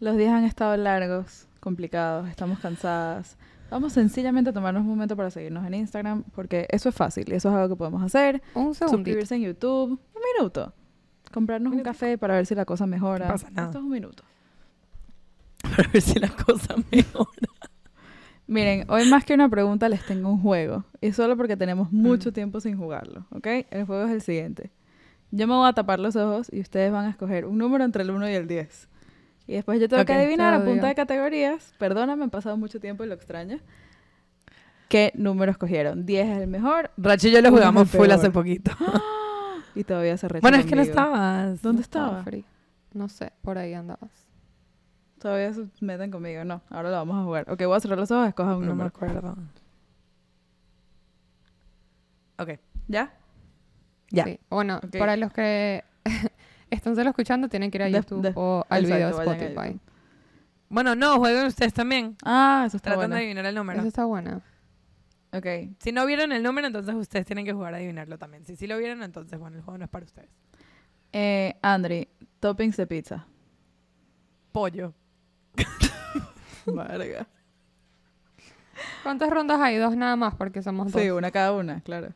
Los días han estado largos, complicados, estamos cansadas. Vamos sencillamente a tomarnos un momento para seguirnos en Instagram, porque eso es fácil y eso es algo que podemos hacer. Un segundito. Suscribirse en YouTube, un minuto. Comprarnos un café para ver si la cosa mejora. No pasa nada. Esto es un minuto. Para ver si la cosa mejora. Miren, hoy más que una pregunta les tengo un juego. Y solo porque tenemos Mm. mucho tiempo sin jugarlo, ¿ok? El juego es el siguiente. Yo me voy a tapar los ojos y ustedes van a escoger un número entre el 1 y el 10. Y después yo tengo Ok, que adivinar te a punta odio. de categorías. Perdóname, han pasado mucho tiempo y lo extraño. ¿Qué número escogieron? 10 es el mejor Rachi y yo lo Uy, jugamos es el full peor. hace poquito. y todavía se recha bueno, es que no conmigo. estabas. ¿Dónde No estaba? Free. No sé, por ahí andabas. Todavía se meten conmigo. No, ahora lo vamos a jugar. Ok, voy a cerrar los ojos, escoja un No me número. acuerdo. Ok, ¿Ya? ya. Sí. Bueno, Ok. para los que están solo escuchando, tienen que ir a De- YouTube de- o al exacto, video de vayan a Spotify. YouTube. Bueno, no, jueguen ustedes también. Ah, eso está Tratan bueno. de adivinar el número. Eso está bueno. Ok. Si no vieron el número, entonces ustedes tienen que jugar a adivinarlo también. Si sí lo vieron, entonces, bueno, el juego no es para ustedes. Eh, Andri, toppings de pizza. Pollo. Verga. ¿Cuántas rondas hay? Dos nada más, porque somos dos. Sí, una cada una, claro.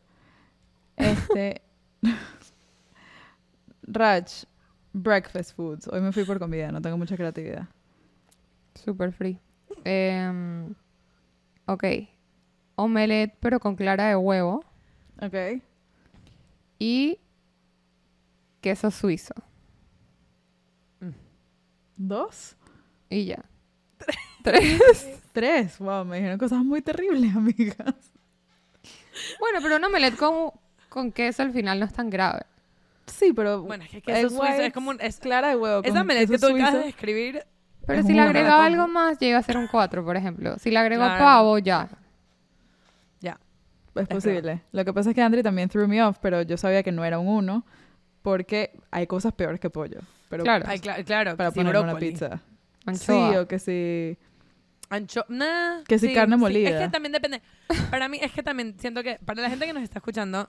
Este. Raj, breakfast foods. Hoy me fui por comida, no tengo mucha creatividad. Super free. Em, ok. Omelette, pero con clara de huevo. Ok. Y queso suizo. ¿Dos? Y ya. Tres. Wow, me dijeron cosas muy terribles, amigas. Bueno, pero un omelette con, con queso al final no es tan grave. Sí, pero. Bueno, es que egg queso suizo es whites, como un... Es, Clara de huevo. esa con melez que queso tú acabas de suizo. describir, Pero Es si le una agregaba maratón. algo más, llega a ser un 4, por ejemplo. Si le agregó Claro. pavo, ya. ya. Es Es posible. Lo que pasa es que Andri también threw me off, pero yo sabía que no era un uno. Porque hay cosas peores que pollo. Pero Claro. Ay, cla- claro, para que sí, poner una brócoli. pizza. Anchoa. Sí, o que sí. Ancho, nah, Que si carne Es molida. que también depende. Para mí, es que también siento que, para la gente que nos está escuchando,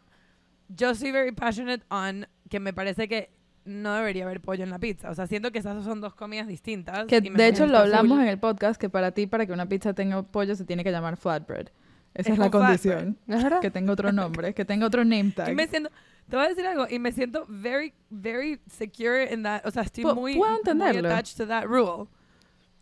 yo soy very passionate on que me parece que no debería haber pollo en la pizza. O sea, siento que esas son dos comidas distintas. Que y me de hecho lo molesta full. hablamos en el podcast que para ti, para que una pizza tenga pollo, se tiene que llamar flatbread. Esa es, Es la un flatbread. condición. ¿No es verdad? Que tenga otro nombre, que tenga otro name tag. Y me siento, te voy a decir algo, y me siento very, very secure in that. O sea, estoy Pu- muy, puedo muy entenderlo. attached to that rule.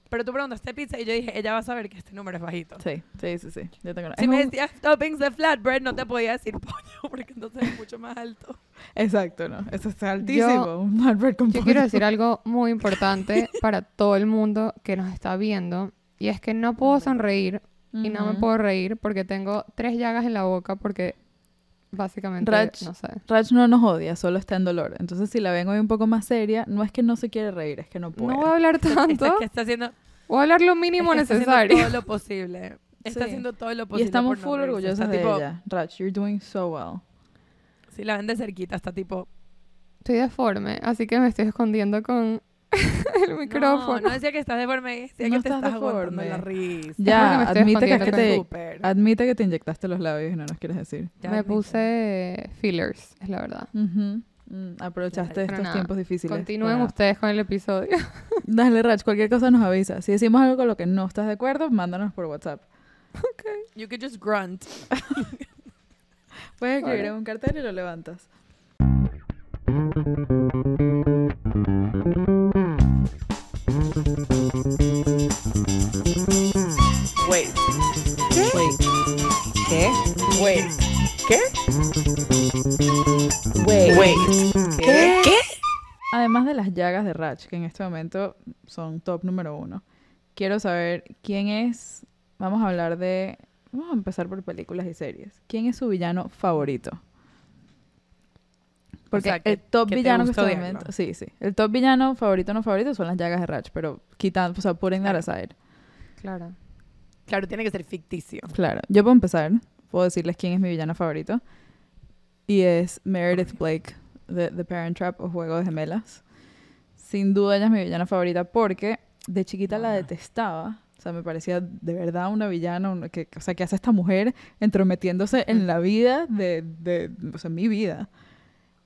Pero tú preguntaste pizza y yo dije, ella va a saber que este número es bajito. Sí, sí, sí, sí. Yo tengo- Si es un- me decías toppings de flatbread, no te podía decir pollo, porque entonces es mucho más alto. Exacto, ¿no? Eso es altísimo. un flatbread con Yo pollo. quiero decir algo muy importante para todo el mundo que nos está viendo. Y es que no puedo sonreír y no me Ujú. puedo reír porque tengo tres llagas en la boca porque básicamente Rach. no sé. Raj no nos odia, solo está en dolor. Entonces, si la ven hoy un poco más seria, no es que no se quiere reír, es que no puede. No voy a hablar Esta es tanto. que está haciendo Voy a hablar lo mínimo Es que Está necesario. haciendo todo lo posible. Está Sí. haciendo todo lo y posible. estamos por no full reírse. orgullosos Está de tipo, ella. Raj, you're doing so well. Si la ven de cerquita, está tipo. Estoy deforme, así que me estoy escondiendo con el micrófono. No, no decía que estás deforme, decía No que te estás estás aguantando deforme. la risa. Ya, porque me estoy admite que, es que escondiendo te, ah, Súper. admite que te inyectaste los labios y no nos quieres decir. Ya me admito. puse fillers, es la verdad. Ujú. Mm, Aprovechaste Pero estos nada, tiempos difíciles. Continúen para- ustedes con el episodio. Dale, Rach, cualquier cosa nos avisa. Si decimos algo con lo que no estás de acuerdo, mándanos por WhatsApp. You could just grunt. Puedes escribir Vale. en un cartel y lo levantas. Wait. ¿Qué? Wait. ¿Qué? Wait. ¿Qué? Wait. Wait. ¿Qué? ¿Qué? Además de las llagas de Rach, que en este momento son top número uno, quiero saber quién es. Vamos a hablar de. Vamos a empezar por películas y series. ¿Quién es su villano favorito? Porque O sea, que- el top que te villano que gusta está odiarlo. momento- Sí, sí. El top villano favorito no favorito son las llagas de Rach, pero quitando, o sea, putting that aside. Claro. Claro, tiene que ser ficticio. Claro, yo puedo empezar. Puedo decirles quién es mi villano favorito. Y es Meredith Blake de The Parent Trap o Juego de Gemelas. Sin duda ella es mi villana favorita porque de chiquita la Hola. detestaba. O sea, me parecía de verdad una villana. una- que, o sea, ¿qué Mm. hace esta mujer entrometiéndose en la vida de, de- o sea, mi vida?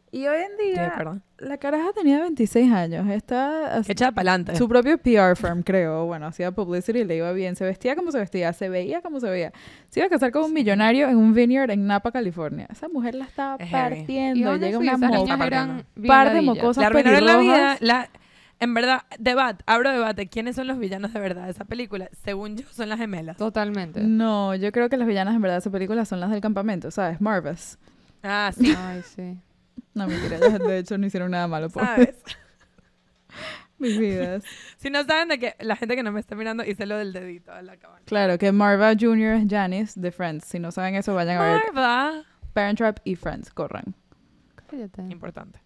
Y hoy en Estoy de día, acuerdo. la caraja tenía 26 años. Está haci- Echada para adelante. su propio PR firm, creo. Bueno, hacía publicity y le iba bien. Se vestía como se vestía, se veía como se veía. Se iba a casar con un millonario en un vineyard en Napa, California. Esa mujer la estaba Es heavy. Y partiendo. honestly, Llega una esas mo- niñas eran Par bien par de ladillas. mocosas La arruinaron la vida. pelirrojas. La, en verdad, debate, abro debate. ¿Quiénes son los villanos de verdad de esa película? Según yo, son las gemelas. Totalmente. No, yo creo que las villanas en verdad de esa película son las del campamento, ¿sabes? Marvis. Ah, sí, Ay, sí. No, mentira. ellas, de hecho, no hicieron nada malo. Por ¿sabes? mis vidas. si no saben de que la gente que no me está mirando hice lo del dedito a la cabana. Claro, que Marva Jr. es Janice de Friends. Si no saben eso, vayan a ver Marva. Parent Trap y Friends. Corran. Cállate. Importante.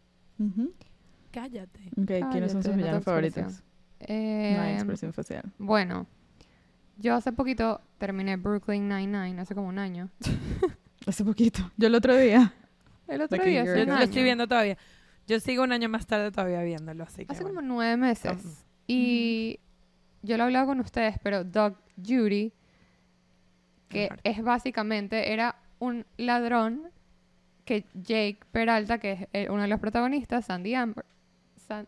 Cállate. Ok, ¿quiénes son Cállate, no sus te villanos favoritos? expresión. No hay Eh, Em, expresión facial. bueno, yo hace poquito terminé Brooklyn Nine-Nine, hace como un año. Hace poquito. Yo el otro día. El otro Like a día, year hace Yo un ago. lo año. estoy viendo todavía. Yo sigo un año más tarde todavía viéndolo, así que Hace bueno. como nueve meses. Y yo lo he hablado con ustedes, pero Doug Judy, que Mejor. es básicamente, era un ladrón que Jake Peralta, que es eh, uno de los protagonistas, Sandy Amber. San-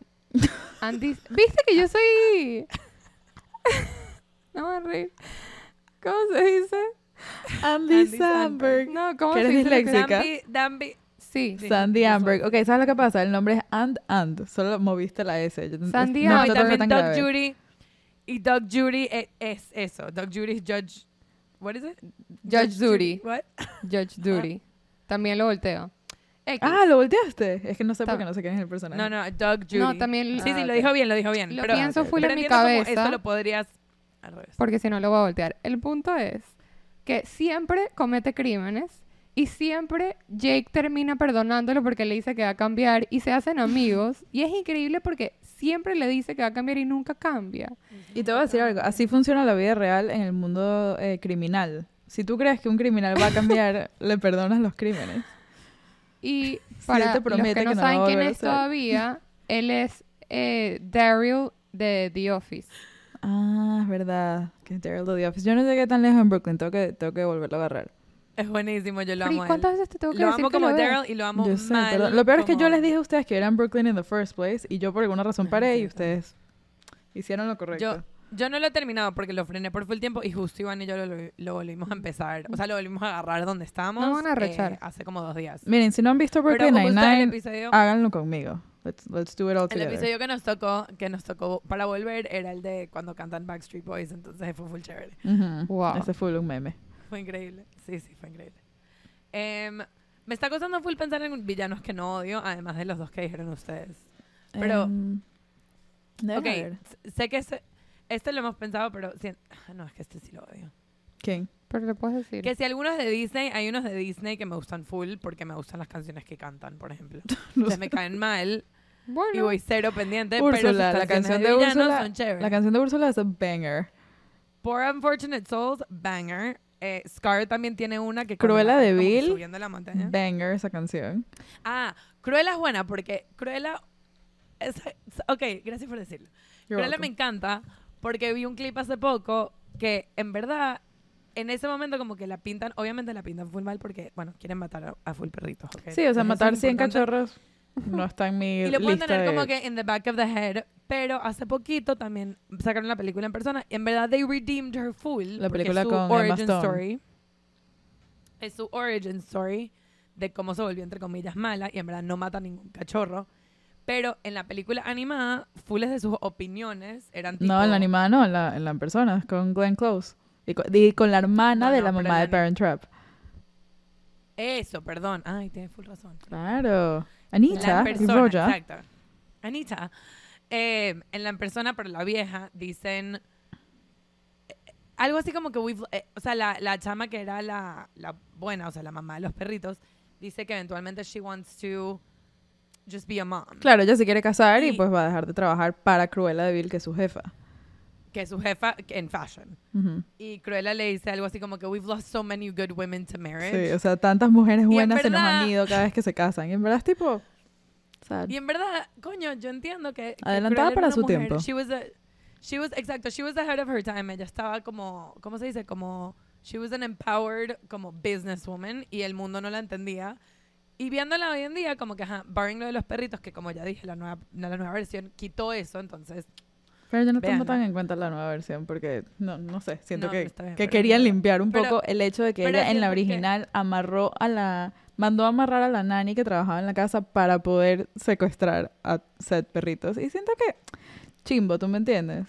Andy, ¿Viste que yo soy... no me voy a reír. ¿Cómo se dice? Andy Samberg. Samberg. No, ¿cómo Que se eres dice? lo que- disléxica. Dambi, Dambi. Sí. Sí. Sandy eso. Amberg. Ok, ¿sabes lo que pasa? El nombre es And And. Solo moviste la S. Yo- Sandy Ah, no, Amberg. y no te toca también tan Doug grave. Judy. Y Doug Judy e- es, eso. Doug Judy is Judge. What is it? Judge Judy. What? Judge Judy. También lo volteo. X. Ah, lo volteaste. Es que no sé por Tam- qué no sé quién es el personaje. No, no, Doug Judy. No, también... Sí, sí, Ah, lo ok. dijo bien, lo dijo bien. Lo pero, pienso full pero en mi entiendo cómo cabeza. Eso lo podrías al revés. porque si no lo va a voltear. El punto es que siempre comete crímenes y siempre Jake termina perdonándolo porque le dice que va a cambiar y se hacen amigos. y es increíble porque siempre le dice que va a cambiar y nunca cambia. Y te voy a decir algo, así funciona la vida real en el mundo eh, criminal. Si tú crees que un criminal va a cambiar, le perdonas los crímenes. Y él para te los promete que no que no va a saben quién volver a es hacer. todavía, él es eh, Daryl de The Office. Ah, es verdad. Que es Daryl de The Office. Yo no llegué tan lejos en Brooklyn, tengo que, tengo que volverlo a agarrar. Es buenísimo, yo lo Pero, ¿y amo. a él. cuántas veces te tengo que Lo decir amo que como lo veas? Daryl y lo amo Yo sé, mal perdón. Lo peor es que yo como- les dije a ustedes que eran Brooklyn in the first place y yo por alguna razón paré y ustedes hicieron lo correcto. Yo, yo no lo he terminado porque lo frené por full tiempo y justo Iván y yo lo, lo volvimos a empezar. O sea, lo volvimos a agarrar donde estábamos. eh, No van a arrechar. hace como dos días. Miren, si no han visto Pero Brooklyn como está el Nine-Nine, episodio, háganlo conmigo. Let's, let's do it all el together. episodio que nos tocó, que nos tocó para volver, era el de cuando cantan Backstreet Boys, entonces fue full chévere. Ujú. Wow. Ese fue un meme. Fue increíble. Sí, sí, fue increíble. Em, me está costando full pensar en villanos que no odio, además de los dos que dijeron ustedes. Pero- Em, debe ok, haber. s- sé que este, este lo hemos pensado, pero... si- ah, no, es que este sí lo odio. ¿Quién? Pero lo puedes decir. Que si algunos de Disney, hay unos de Disney que me gustan full porque me gustan las canciones que cantan, por ejemplo. No Se me caen mal y Bueno, voy cero pendiente, pero sus Úrsula, la canciones canción de, de villanos Úrsula, son chéveres. La canción de Úrsula es a banger. Poor Unfortunate Souls, banger. Eh, Scar también tiene una que... Cruella cuando de va como que Vil, Subiendo la montaña. Banger esa canción. Ah, Cruella es buena porque Cruella... es- es- ok, gracias por decirlo. You're Cruella me welcome. encanta porque vi un clip hace poco que en verdad en ese momento como que la pintan, obviamente la pintan full mal porque, bueno, quieren matar a, a full perritos. ok. Sí, o sea, Entonces, matar es 100 importante. cachorros eh. no está en mi Y lo pueden lista tener de- como que in the back of the head, pero hace poquito también sacaron la película en persona y en verdad they redeemed her full. La porque película es su con Emma origin Stone. story. Es su origin story de cómo se volvió entre comillas mala y en verdad no mata a ningún cachorro. Pero en la película animada, fulles de sus opiniones eran tipo... No, en la animada no, en la, en la persona, es con Glenn Close. Y con, y con la hermana de Bueno, la Ah, pero mamá de en la Parent Trap. Eso, perdón. Ay, tienes full razón. Claro. La Anita y persona, Roja. exacto. Anita. eh, en la persona, pero la vieja, dicen eh, algo así como que we've, eh, o sea, la, la chama que era la, la buena, o sea, la mamá de los perritos, dice que eventualmente she wants to just be a mom. Claro, ella se quiere casar y, Y- pues va a dejar de trabajar para Cruella de Vil, que es su jefa. Que su jefa que- en fashion. Ujú. Y Cruella le dice algo así como que we've lost so many good women to marriage. Sí, o sea, tantas mujeres en buenas se nos verdad- han ido cada vez que se casan. Y en verdad es tipo... sad. Y en verdad, coño, yo entiendo que. que Adelantada Cruella era para una su mujer, tiempo. She was a- she was- exacto, she was ahead of her time. Ella estaba como, ¿cómo se dice? Como, she was an empowered, como businesswoman y el mundo no la entendía. Y viéndola hoy en día, como que, ajá, barring lo de los perritos, que como ya dije, la nueva, la nueva versión quitó eso, entonces Pero yo no tomo Véanla. tan en cuenta la nueva versión porque no, no sé, siento No, que, está bien, que pero- querían limpiar un pero- poco el hecho de que pero ella en la siento que- original amarró a la mandó a amarrar a la nani que trabajaba en la casa para poder secuestrar a set perritos y siento que chimbo, ¿tú me entiendes?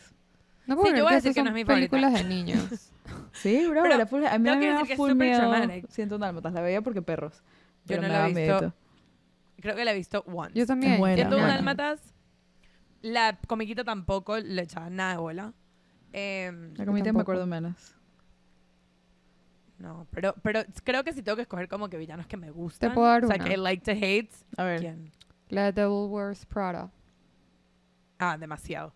No puedo Sí, yo creer voy a que decir esas que no son es mi favorita. películas de niños. Sí, bro, Pero la full- a mí tengo me que daba decir que es full super miedo. traumatic. Siento un dálmatas, la veía porque perros. Yo pero me no la he daba visto. miedito. creo que la he visto once. Yo también. buena, Viendo Era un buena. Dálmatas, la comiquita tampoco le echaba nada de bola. Em, La comité me tampoco. acuerdo menos. no, pero, pero creo que si tengo que escoger como que villanos que me gustan. puedo dar o sea, una. que I like to hate. A ver, ¿Quién? La Devil Wears Prada. Ah, demasiado.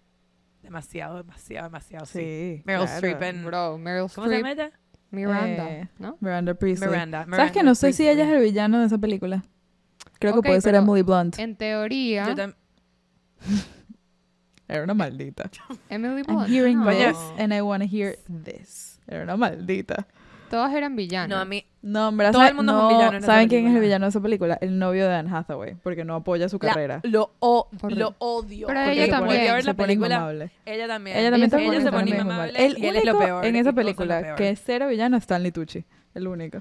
Demasiado, demasiado, demasiado. Sí. sí. Meryl claro. Streep en. Bro, Meryl ¿Cómo se llama Streep, ella? Miranda, Eh, ¿no? Miranda Priestley. Miranda. ¿Sabes que Miranda no sé si ella es Priestley. el villano de esa película? Creo Ok, que puede ser pero- Emily Blunt. eh, En teoría, Yo tam- Era una maldita. Emily I'm Blunt. hearing no. this and I want to hear this. Era una maldita. Todas eran villanas. No, a mí. No, en verdad, Todo el ¿sabe- mundo es un no, villano en esa ¿Saben quién es el película? villano de esa película? El novio de Anne Hathaway, porque no apoya su la- carrera. lo, o- Horrible. lo odio. Pero Porque ella se pone- también. volví a ver se la pone película. inmamable. Ella también. Ella también se Ella se pone pone inmamable. inmamable El y él único es lo peor, en y esa todos son lo película peor. que es cero villano es Stanley Tucci. El único.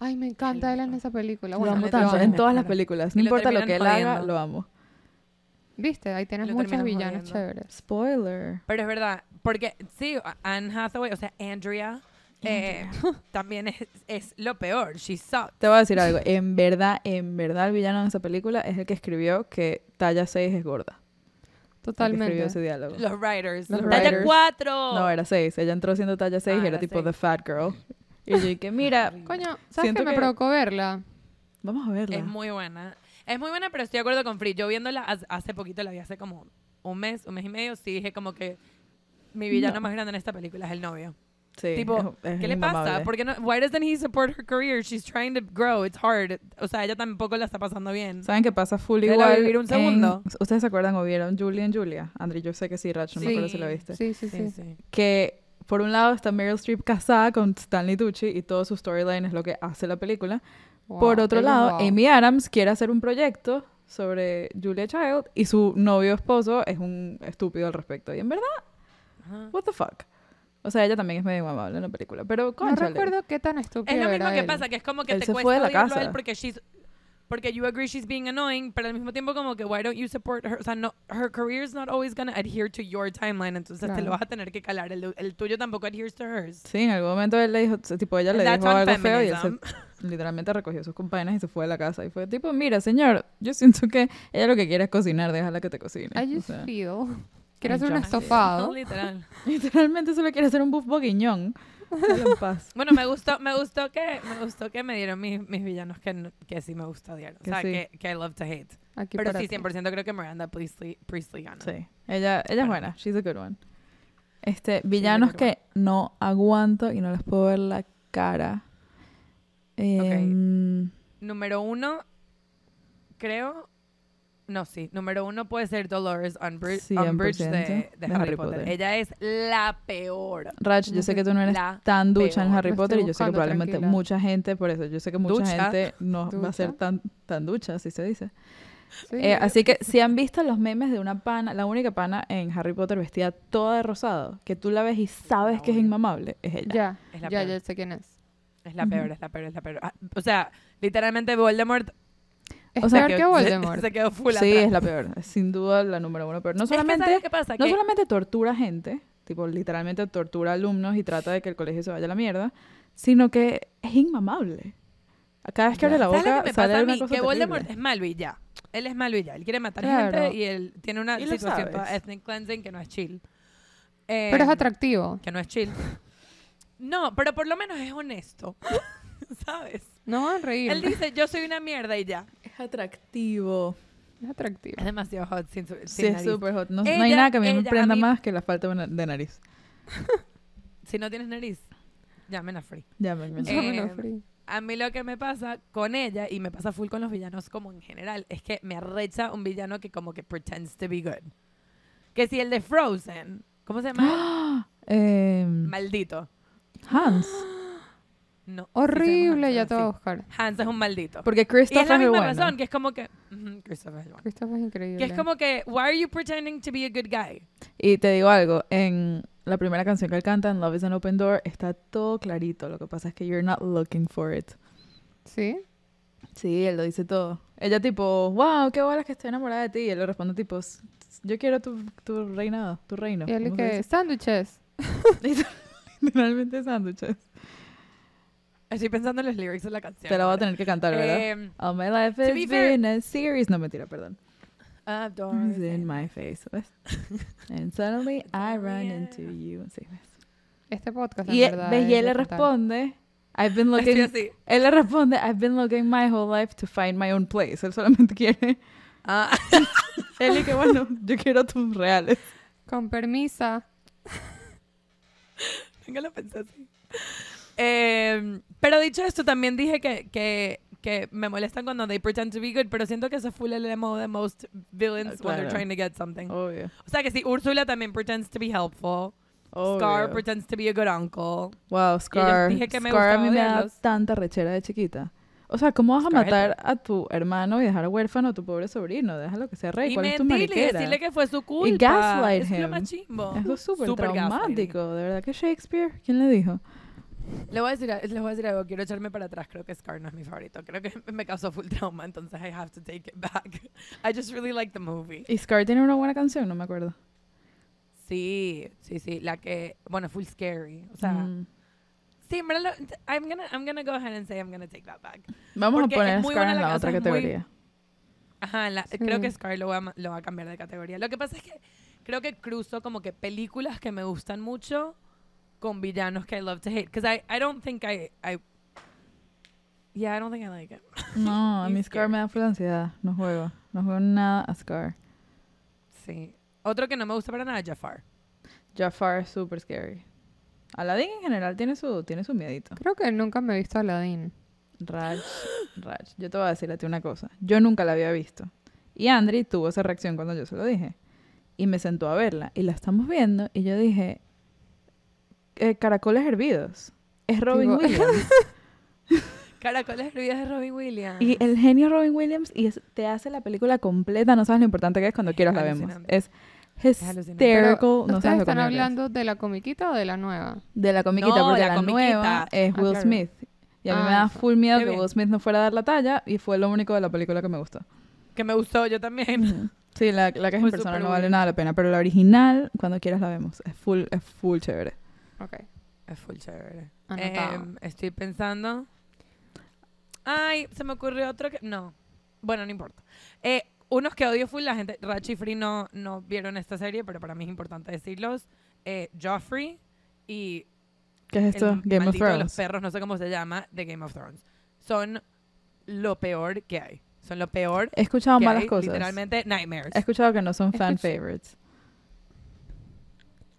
Ay, me encanta él en esa película. Lo Bueno, amo lo tanto. terminan En todas las jodiendo. películas. Y No lo importa lo terminan que él haga, jodiendo. lo amo. Viste, ahí tienes Lo muchos terminan villanos jodiendo. chéveres. Spoiler. Pero es verdad, porque sí, a- Anne Hathaway, o sea, Andrea, eh, también es, es lo peor. She sucked. Te voy a decir algo. En verdad, en verdad, el villano de esa película es el que escribió que talla 6 es gorda. El que escribió Totalmente. ese diálogo. Los writers. Los ¡Talla writers. 4! No, era 6. Ella entró siendo talla 6 y Ah, era era tipo seis. The Fat Girl. Y yo dije, mira, Coño, ¿sabes Siento qué me que- provocó verla? vamos a verla. Es muy buena. Es muy buena, pero estoy de acuerdo con Free. Yo viéndola hace- hace poquito, la vi hace como un mes, un mes y medio, sí dije como que mi villano No. más grande en esta película es el novio. Sí, tipo, es- es ¿Qué le pasa? inmamable. ¿Por qué no? Why doesn't he support her career? She's trying to grow. It's hard. O sea, ella tampoco la está pasando bien. ¿Saben qué pasa full Déjala igual? vivir un en- segundo. ¿Ustedes se acuerdan o vieron Julie en Julia? Andri, yo sé que sí, Rach, no me acuerdo si la Sí. viste. Sí, sí, sí. sí. que por un lado está Meryl Streep casada con Stanley Tucci y todo su storyline es lo que hace la película. Wow, por otro ella es lado, wow. Amy Adams quiere hacer un proyecto sobre Julia Child y su novio esposo es un estúpido al respecto. Y en verdad, Ajá. what the fuck. O sea, ella también es medio amable en la película, pero No cónchale. recuerdo qué tan estúpido Es lo era mismo que él. pasa, que es como que Él te se cuesta fue de la odiarlo a casa. él porque she's porque you agree she's being annoying, pero al mismo tiempo como que why don't you support her, o sea, no her career's not always gonna adhere to your timeline, entonces te Claro. lo vas a tener que calar, el, el tuyo tampoco adheres to hers. Sí, en algún momento él le dijo, tipo, ella le That's dijo algo feo y él unfeminism. se- literalmente recogió sus compañeras y se fue de la casa. Y fue tipo, mira, señor, yo siento que ella lo que quiere es cocinar, déjala que te cocine. I O just sea. feel. Quiero I hacer un just feel. estofado. Literal. Literalmente solo quiere hacer un buff boquillón. Déjalo en paz. Bueno, me gustó, me gustó que me gustó que me dieron mis, mis villanos que, no- que sí me gusta odiar, o Que sea, sí. que, que I love to hate. Aquí Pero para sí ti. 100% creo que Miranda Priestley, Priestley gana. Sí. Ella, ella es Bueno. buena. She's a good one. Este, villanos good que no aguanto y no les puedo ver la cara. Em, Número uno, creo. No, sí. Número uno puede ser Dolores Umbridge, 100% Umbridge de, de de Harry Harry Potter. Potter. Ella es la peor. Rach, yo sé que tú no eres La tan ducha en peor. Harry Lo estoy Potter y yo sé que buscando, probablemente tranquila. mucha gente, por eso, yo sé que mucha Ducha. gente no va a ser Ducha. tan, tan ducha, así se dice. Sí. Eh, así que si han visto los memes de una pana, la única pana en Harry Potter vestida toda de rosado, que tú la ves y sabes que es odio. inmamable, es ella. Ya, Es la ya, peor. ya sé quién es. Es la peor, es la peor, es la peor. Ah, o sea, literalmente Voldemort. Es O sea, peor se que quedó- se- Voldemort. Se, quedó full sí, atrás. es la peor. Sin duda la número uno. Pero no Es que, solamente, ¿sabes ¿Qué pasa? no Que- solamente tortura gente, tipo literalmente tortura alumnos y trata de que el colegio se vaya a la mierda, sino que es inmamable. A Cada vez que abre la ¿Sabes lo boca que me sale pasa a una mí? cosa Que Voldemort terrible. es malo y ya. Él es malo y ya. Él quiere matar Claro. gente y él tiene una Y lo situación sabes. toda ethnic cleansing que no es chill. Pero es Em, atractivo. Que no es chill. No, pero por lo menos es honesto. ¿Sabes? No van a reír. Él dice, yo soy una mierda y ya. es atractivo. Es atractivo. Es demasiado hot sin, su- sin Sí, es nariz. súper hot. No, no hay Ella- nada que a mí me ella- a prenda mí- más que la falta de na- de nariz. Si no tienes nariz, llamen a Free. Llámenme. Yo me lo Eh, frío. A mí lo que me pasa con ella, y me pasa full con los villanos como en general, es que me arrecha un villano que como que pretends to be good. Que si el de Frozen, ¿cómo se llama? Em, Maldito. Hans. No. Horrible, ya te voy a todo buscar. Hans es un maldito. Porque Y es la Christopher es misma bueno. razón, que es como que... Ujú, Christopher es bueno. Christopher es increíble. Que es como que, why are you pretending to be a good guy? Y te digo algo, en la primera canción que él canta, en Love is an Open Door, está todo clarito. Lo que pasa es que you're not looking for it. ¿Sí? Sí, él lo dice todo. Ella tipo, wow, qué bolas que estoy enamorada de ti. Y él le responde tipo, "S- s- yo quiero tu, tu reinado, tu reino. y él ¿Cómo se que, sándwiches. dice? Literalmente sándwiches. Estoy pensando en los lyrics de la canción. Te la voy a tener que cantar, ¿verdad? Eh, All my life to has be been fair- a series. No, mentira, perdón. It's in Adore- my face, ¿ves? And suddenly I run Yeah. into you. Sí, ¿ves? Este podcast, Y, en él- verdad. ¿ves? es y él de le contar. responde, I've been Estoy looking... así. Él le responde, I've been looking my whole life to find my own place. Él solamente quiere... Ah, Él y que, bueno, yo quiero tus reales. Con permisa. nunca lo pensé así. Eh, pero dicho esto, también dije que, que, que me molestan cuando they pretend to be good, pero siento que eso fue el lema de most villains when Ah, Claro. they're Oh. trying to get something. Obvio. O sea que sí, Úrsula también pretends to be helpful. Scar Obvio. pretends to be a good uncle. Wow, Scar. dije que me Scar a gustaba mí me da verlos. tanta rechera de chiquita. O sea, ¿cómo vas a Scar es matar a tu hermano y dejar huérfano a tu pobre sobrino? Déjalo que sea rey. y ¿Cuál es tu mentirle y mariquera? decirle que fue su culpa. gaslight es lo him. más chimbo. Eso es súper Súper gaslighting. traumático. De verdad que Shakespeare, ¿quién le dijo? Le voy a decir, a- les voy a decir algo, quiero echarme para atrás, creo que Scar no es mi favorito, creo que me causó full trauma, entonces I have to take it back. I just really like the movie. Y Scar tiene una buena canción, no me acuerdo. Sí, sí, sí, la que, bueno, full scary, o sea, Mm. sí, en verdad lo- I'm gonna, I'm gonna go ahead and say I'm gonna take that back. Vamos a porque poner es a muy Scar buena en la la otra canción, es muy- categoría. Ajá, la- creo que Sí. Scar lo va, a ma- lo va a cambiar de categoría. Lo que pasa es que creo que cruzo como que películas que me gustan mucho con villanos que I love to hate, because I, I don't think I, I, yeah, I don't think I like it. No, a He's mí Scar scary. me da full ansiedad. No juego. No juego nada a Scar. Sí. Otro que no me gusta para nada, Jafar. Jafar es super scary. Aladdin en general tiene su, tiene su miedito. Creo que nunca me he visto a Aladdin. Raj, Raj, yo te voy a decir a ti una cosa. Yo nunca la había visto. Y Andri tuvo esa reacción cuando yo se lo dije. Y me sentó a verla. Y la estamos viendo. Y yo dije, eh, caracoles hervidos. Es Robin Digo- ah. Williams. Caracoles hervidas de Robin Williams. y el genio Robin Williams y es- te hace la película completa. No sabes lo importante que es cuando quieras la vemos. alucinante. Es alucinante. hysterical. no ¿Ustedes sabes lo están comiquita que es. hablando de la comiquita o de la nueva? De la comiquita, No, porque la la, comiquita. nueva es Ah, Will claro. Smith. Y a mí Ah, me da eso. full miedo Qué que bien. Will Smith no fuera a dar la talla y fue lo único de la película que me gustó. Que me gustó yo también. Sí, la, la que es Fue en persona súper no vale buena. nada la pena, pero la original, cuando quieras la vemos. Es full, es full chévere. Ok. Es full chévere. Anotado. Em, estoy pensando. Ay, se me ocurrió otro que. No. Bueno, no importa. Eh, unos que odio full la gente. Rachi y Free no, no vieron esta serie, pero para mí es importante decirlos. Eh, Joffrey y ¿Qué es esto? el Game of maldito de los Thrones. perros, no sé cómo se llama, de Game of Thrones. Son lo peor que hay. Son lo peor He escuchado que malas hay, cosas. Literalmente, nightmares. He escuchado que no son fan Escuché- favorites.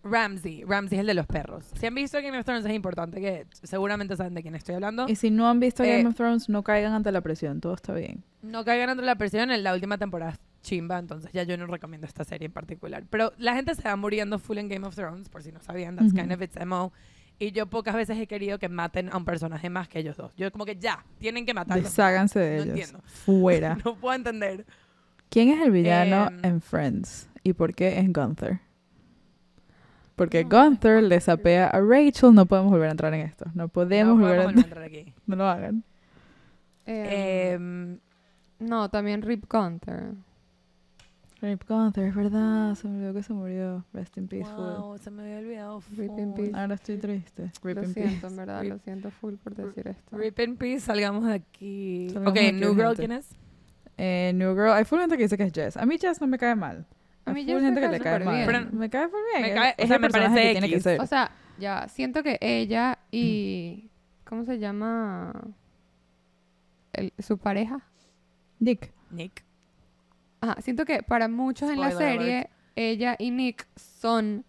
Ramsey, Ramsey es el de los perros. Si han visto Game of Thrones es importante que seguramente saben de quién estoy hablando. Y si no han visto Eh, Game of Thrones, no caigan ante la presión. Todo está bien. No caigan entre la presión en la última temporada es chimba, entonces ya yo no recomiendo esta serie en particular. Pero la gente se va muriendo full en Game of Thrones, por si no sabían, that's Ujú. kind of its MO. Y yo pocas veces he querido que maten a un personaje más que ellos dos. Yo como que ya, tienen que matarlos. Desháganse de No ellos. entiendo. Fuera. No puedo entender. ¿Quién es el villano Em, en Friends? ¿Y por qué en Gunther? Porque No, Gunther le sapea a Rachel. No podemos volver a entrar en esto. No podemos no volver a podemos volver a entrar aquí. No lo hagan. Eh, Em, no, también Rip Gunter. Rip Gunther, es verdad. Se me olvidó que se murió. Rest in peace, fool. wow, se me había olvidado. Rip in full. peace. Ahora estoy triste. Rip Lo in siento, peace. en verdad, Rip- lo siento full por decir esto. Rip in peace, salgamos de aquí. Salgamos ok, de aquí, New Girl, gente. ¿quién es? Eh, New Girl. Hay full gente que dice que es Jess. A mí Jess no me cae mal. A mí Hay Jess full me gente que cae le cae súper mal. bien. me cae full bien. Me Es- cae- o es sea, el me personaje parece que tiene que X. ser. O sea, ya, siento que ella y... ¿Cómo se llama? El- su pareja. Dick. Nick. Ajá, siento que para muchos en la Spoiler alert. serie, ella y Nick son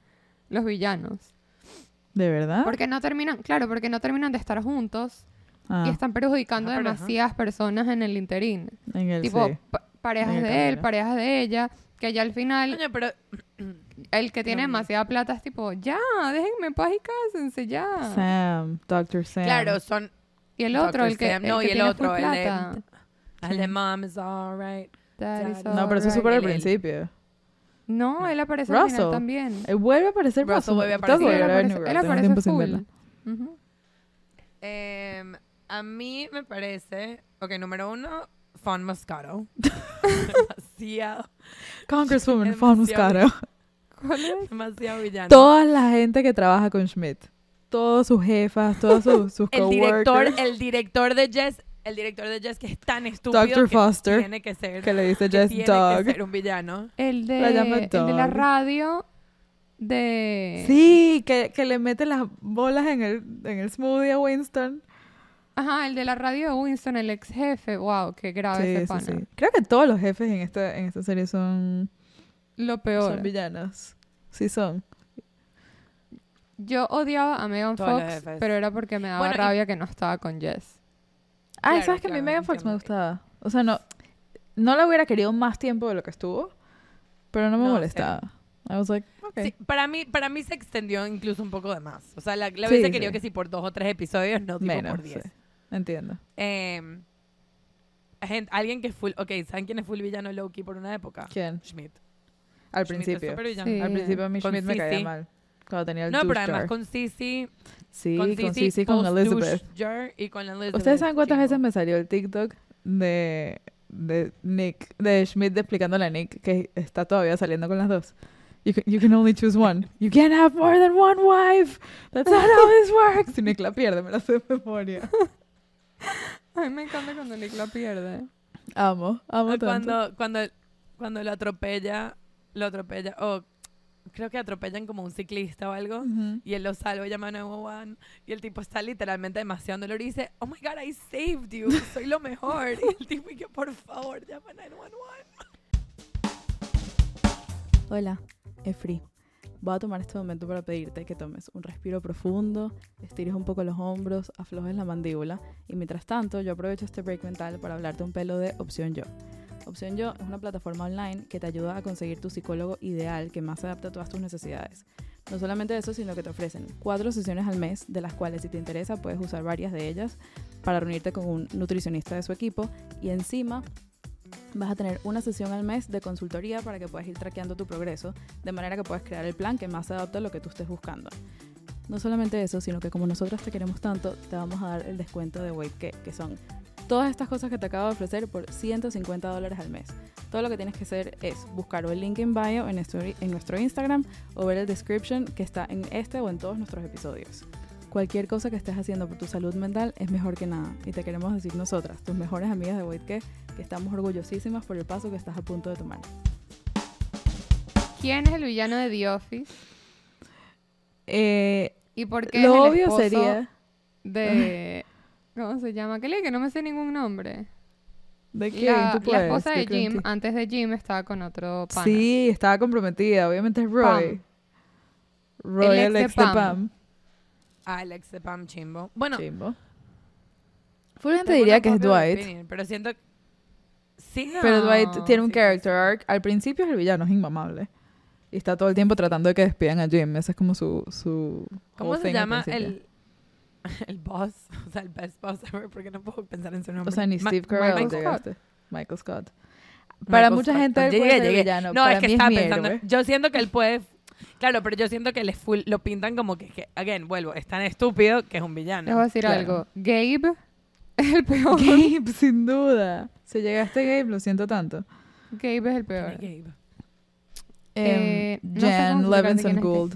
los villanos. ¿De verdad? Porque no terminan, claro, porque no terminan de estar juntos Ah, y están perjudicando Ajá, pero ajá. demasiadas personas en el interín. en el tipo, sí. pa- parejas En el de él, camino. parejas de ella, que ya al final Coño, pero Em. el que tiene no. demasiada plata es tipo, ya, déjenme en paz y cásense, ya. Sam. Dr. Sam. ah. Claro, son Y el otro, Dr. el que, Sam. el No, que y el tiene otro, full el de- plata. And the mom is alright. That is No, pero eso es alright. súper al Él- él- principio. No, él aparece al final Russell. también. Eh, vuelve a aparecer Russell Russell. vuelve a Tengo aparecer. que Sí, él volver a ver aparece- New él Girl, tengo aparece tiempo sin full. verla. Ujú. Em, a mí me parece. Ok, número uno, Fon Moscato. demasiado, Congresswoman Es Fawn demasiado- Muscaro. ¿Cuál es? demasiado villano. Toda la gente que trabaja con Schmidt. Todos sus jefas, todos sus, sus el director, coworkers. el director de Jess, el director de Jess que es tan estúpido Dr. que Foster, tiene que ser, Que le dice que Jess tiene Dog. que ser un villano. El de, La llama el de la Dog. radio Eh, de... Sí, que, que le mete las bolas en el, en el smoothie a Winston. Ajá, el de la radio de Winston, el ex jefe. Wow, qué grave Sí, ese sí, pana. sí. Creo que todos los jefes en esta, en esta serie son, Lo son peor. villanos. Sí son. Yo odiaba a Megan Todos los Fox, jefes. pero era porque me daba Bueno, y- rabia que no estaba con Jess. Ah, Claro, sabes que a mí claro, Megan Fox me entiendo. gustaba. O sea, no, no la hubiera querido más tiempo de lo que estuvo, pero no me No, molestaba. I was like, okay. Sí, para mí, para mí se extendió incluso un poco de más. O sea, la, la Sí, hubiese querido sí. que si por dos o tres episodios, no tipo menos. por diez. sí. Entiendo. Em, gente- alguien que es full, ok, ¿saben quién es full villano Loki por una época? ¿Quién? Schmidt. Al Schmidt es principio. súper villano. Sí. Al principio a mí Con Schmidt me caía Sissy. mal. Cuando tenía el No, pero douche además jar. con Sissy, Sí, con con Sissy, Sissy, con post Elizabeth. douche jar y con Elizabeth. ¿Ustedes saben cuántas chico. veces me salió el TikTok de, de Nick, de Schmidt explicándole a Nick que está todavía saliendo con las dos? You can, you can only choose one. You can't have more than one wife. That's not how this works. Y Nick la pierde, me la sé de memoria. Ay, me encanta cuando Nick la pierde. Amo, amo Ah, tanto. cuando cuando cuando lo atropella lo atropella o creo que atropellan como un ciclista o algo Ujú. y él lo salva llama a 911 y el tipo está literalmente demasiado dolor y dice oh my god I saved you soy lo mejor y el tipo y que por favor llama a 911 Hola, Efri. Voy a tomar este momento para pedirte que tomes un respiro profundo, estires un poco los hombros, aflojes la mandíbula y mientras tanto yo aprovecho este break mental para hablarte un pelo de Opción Yo. Opción Yo es una plataforma online que te ayuda a conseguir tu psicólogo ideal que más se adapte a todas tus necesidades. No solamente eso, sino que te ofrecen cuatro sesiones al mes, de las cuales si te interesa puedes usar varias de ellas para reunirte con un nutricionista de su equipo y encima vas a tener una sesión al mes de consultoría para que puedas ir traqueando tu progreso, de manera que puedas crear el plan que más se adapte a lo que tú estés buscando. No solamente eso, sino que como nosotras te queremos tanto, te vamos a dar el descuento de Wait que, que son todas estas cosas que te acabo de ofrecer por 150 dólares al mes. Todo lo que tienes que hacer es buscar o el link en bio en, story- en nuestro Instagram o ver el description que está en este o en todos nuestros episodios. Cualquier cosa que estés haciendo por tu salud mental es mejor que nada y te queremos decir nosotras, tus mejores amigas de Wait que, que estamos orgullosísimas por el paso que estás a punto de tomar. ¿Quién es el villano de The Office? Eh, ¿Y por qué lo es el obvio esposo sería... de... ¿Cómo se llama? Que le que no me sé ningún nombre. ¿De quién? La, Tú la puedes, esposa yo de creo en Jim, ti. antes de Jim, estaba con otro pana. Sí, estaba comprometida. Obviamente es Roy. Roy, El el ex ex de de Pam. Pam. Alex de Pam Chimbo bueno Chimbo. Full gente tengo diría una que es popular Dwight. opinion, pero siento sí Pero No, Dwight tiene un sí, character arc. Al principio es el villano, es inmamable. Y está todo el tiempo tratando de que despidan a Jim. Ese es como su... su ¿Cómo whole se thing al llama principio. el, el boss? O sea, el best boss ever, porque no puedo pensar en su nombre. O sea, ni Ma- Steve Carell Michael Scott. llegaste. Michael Scott. Para mucha Scott. Ah, gente él Llegué, puede ser llegué. villano. No, Para es que mí ¿eh? estaba mi pensando. héroe. Yo siento que él puede. Claro, pero yo siento que él es full. Lo pintan como que, que, again, vuelvo, es tan estúpido que es un Les voy a villano. decir claro. algo. Gabe es el peor. Gabe, sin duda. Si llegaste Gabe, lo siento tanto. Gabe es el peor. Gabe. Eh, Eh, no Jan sabemos de verdad quién Levinson es Gabe. Gould.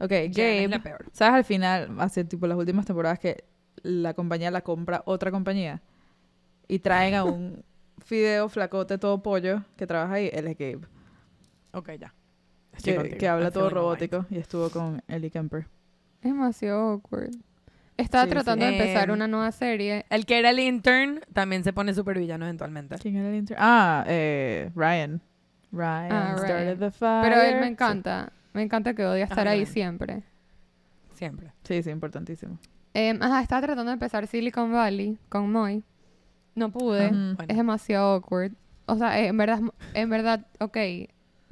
Ok, este. Jen es la Gabe. peor. ¿Sabes al final, hace tipo las últimas temporadas que la compañía la compra otra compañía? Y traen a un fideo flacote todo pollo que trabaja ahí. Él es Gabe. Ok, ya. Estoy Que, contigo. que habla I'm todo feeling alright. robótico y estuvo con Ellie Kemper. Es demasiado awkward. Estaba Sí, sí. tratando de empezar Em, una nueva serie. El que era el intern también se pone súper villano eventualmente. ¿Quién era el inter- Ah, eh, Ryan. Ryan Ah, Ryan. started the fire. Pero él me encanta. Me encanta que odia estar Ah, ahí bueno. siempre. Siempre. Sí, sí, importantísimo. Em, ajá, estaba tratando de empezar Silicon Valley con Moy. No pude. Ujú. Es Bueno, demasiado awkward. O sea, eh, en verdad, en verdad, ok,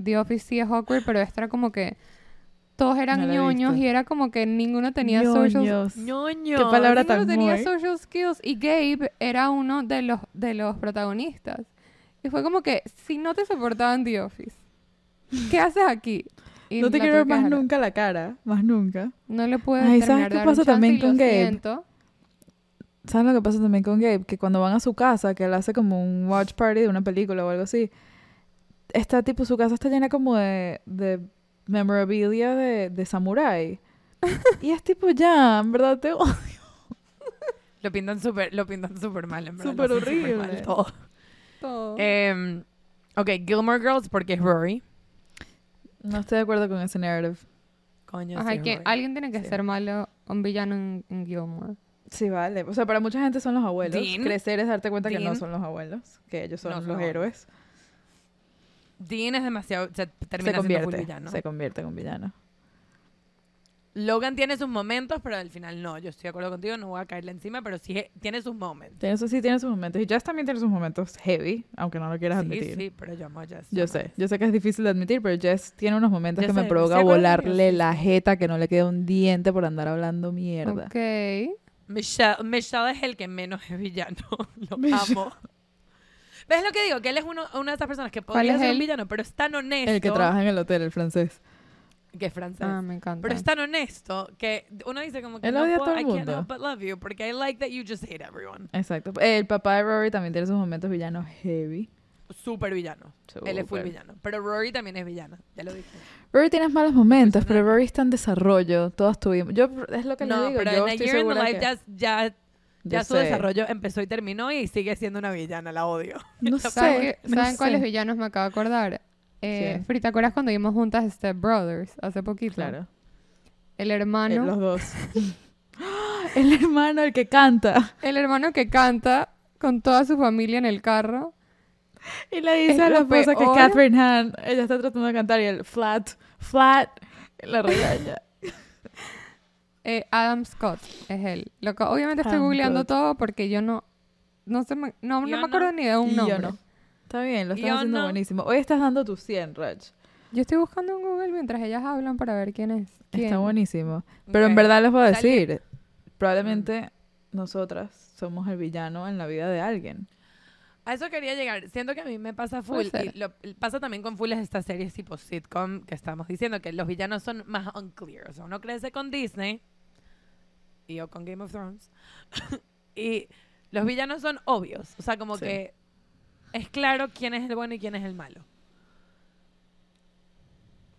The Office sí es awkward, pero esta era como que todos eran No la he ñoños visto. y era como que ninguno tenía social Ñoños. Ñoño. Qué palabra tan ninguno tenía muy. social skills y Gabe era uno de los de los protagonistas. Y fue como que si no te soportaban The Office, ¿qué haces aquí? Y No te la quiero ver tuve que más dejar. nunca la cara, más nunca. No le pude Ay, ¿sabes terminar qué de dar un pasa chance también y lo con Gabe? siento. ¿Sabes lo que pasa también con Gabe? Que cuando van a su casa, que él hace como un watch party de una película o algo así, está tipo, su casa está llena como de, de memorabilia de, de samurái. y es tipo, ya, en verdad te odio. Lo pintan súper, lo pintan súper mal, en verdad. Súper lo hacen súper horrible. mal todo. Todo. Em, ok, Gilmore Girls porque es Rory. No estoy de acuerdo con ese narrative. Coño, Ajá, sí es que Rory. alguien tiene que Sí. ser malo, un villano en, en Gilmore. Sí, vale. O sea, para mucha gente son los abuelos. Dean. Crecer es darte cuenta que no Dean. son los abuelos, que ellos son No son los los héroes. Dean es demasiado, se Se termina siendo convierte, full villano. se convierte en un villano. Logan tiene sus momentos, pero al final no. Yo estoy de acuerdo contigo, no voy a caerle encima, pero sí eh, tiene sus momentos. Tiene, sus- sí, tiene sus momentos. Y Jess también tiene sus momentos heavy, aunque no lo quieras Sí, admitir. sí, pero yo amo a Jess. Yo amo a sé, Jess. yo sé que es difícil de admitir, pero Jess tiene unos momentos Yo que me sé, provoca ¿se acuerdan de volarle ellos? la jeta que no le queda un diente por andar hablando mierda. Ok. Michelle, Michelle es el que menos es villano. Lo Michelle. amo. ¿Ves lo que digo? Que él es uno, una de esas personas que ¿Cuál podría es ser un él? villano, pero es tan honesto. El que trabaja en el hotel, el francés. Que es francés. Ah, me encanta. Pero es tan honesto que uno dice como que Él no odia a puedo, todo el I can't mundo. help but love you porque I like that you just hate everyone. Exacto. El papá de Rory también tiene sus momentos villanos heavy. Súper villano. Él es full Súper. villano. Pero Rory también es villana. Ya lo dije. Rory tiene malos momentos, pero Personaje. Rory está en desarrollo. Todos tuvimos. Yo es lo que le No, digo. pero yo en A estoy Year in the segura Life que- ya, ya, yo ya su sé. desarrollo empezó y terminó y sigue siendo una villana. La odio. No ¿Saben, sé. qué- no ¿saben sé. cuáles villanos me acabo de acordar? Eh, ¿Quién? Fri, ¿te acuerdas cuando vimos juntas Step Brothers hace poquito? Claro. El eh, hermano, los dos. el hermano, el que canta. el hermano que canta con toda su familia en el carro. Y le Es dice a la lo esposa que peor. Catherine Hahn, ella está tratando de cantar y el flat, flat, la regaña. Eh, Adam Scott es él. Loco, obviamente estoy Adam googleando Scott. todo porque yo no no se me, no, no Yo me no. acuerdo ni de un Y nombre. yo no. Está bien, lo estás Yo haciendo no. buenísimo. Hoy estás dando tu 100, Rach. Yo estoy buscando en Google mientras ellas hablan para ver quién es. Está quién. buenísimo. Pero en Ok. verdad les voy a Sale- decir, probablemente nosotras somos el villano en la vida de alguien. A eso quería llegar. Siento que a mí me pasa full. Puede ser. Y lo- pasa también con full estas series tipo sitcom que estamos diciendo, que los villanos son más unclear. O sea, uno crece con Disney y yo con Game of Thrones. y los villanos son obvios. O sea, como Sí. que es claro quién es el bueno y quién es el malo.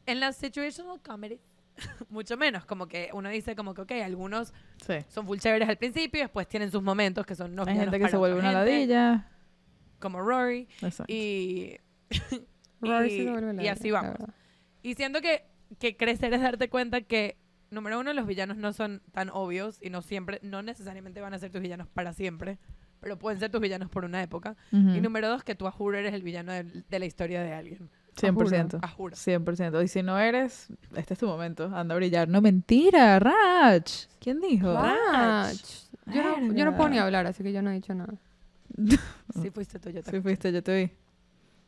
En las situational comedy, mucho menos. Como que uno dice como que, ok, algunos Sí. son full chéveres al principio y después tienen sus momentos que son no Hay villanos gente que para se vuelve otra una gente, ladilla. Como Rory. Exacto. Y, Rory y- sí se vuelve y ladilla, así la vamos. verdad. Y siento que, que crecer es darte cuenta que, número uno, los villanos no son tan obvios y no siempre, no necesariamente van a ser tus villanos para siempre, pero pueden ser tus villanos por una época. Ujú. Y número dos, que tú a juro eres el villano del- de, la historia de alguien. 100%. A juro. 100%. Y si no eres, este es tu momento. Anda a brillar. No, mentira, Rach. ¿Quién dijo? Rach. Yo no, yo no puedo ni Verga. hablar, así que yo no he dicho nada. Sí fuiste tú, yo Sí, también. fuiste, yo te vi. O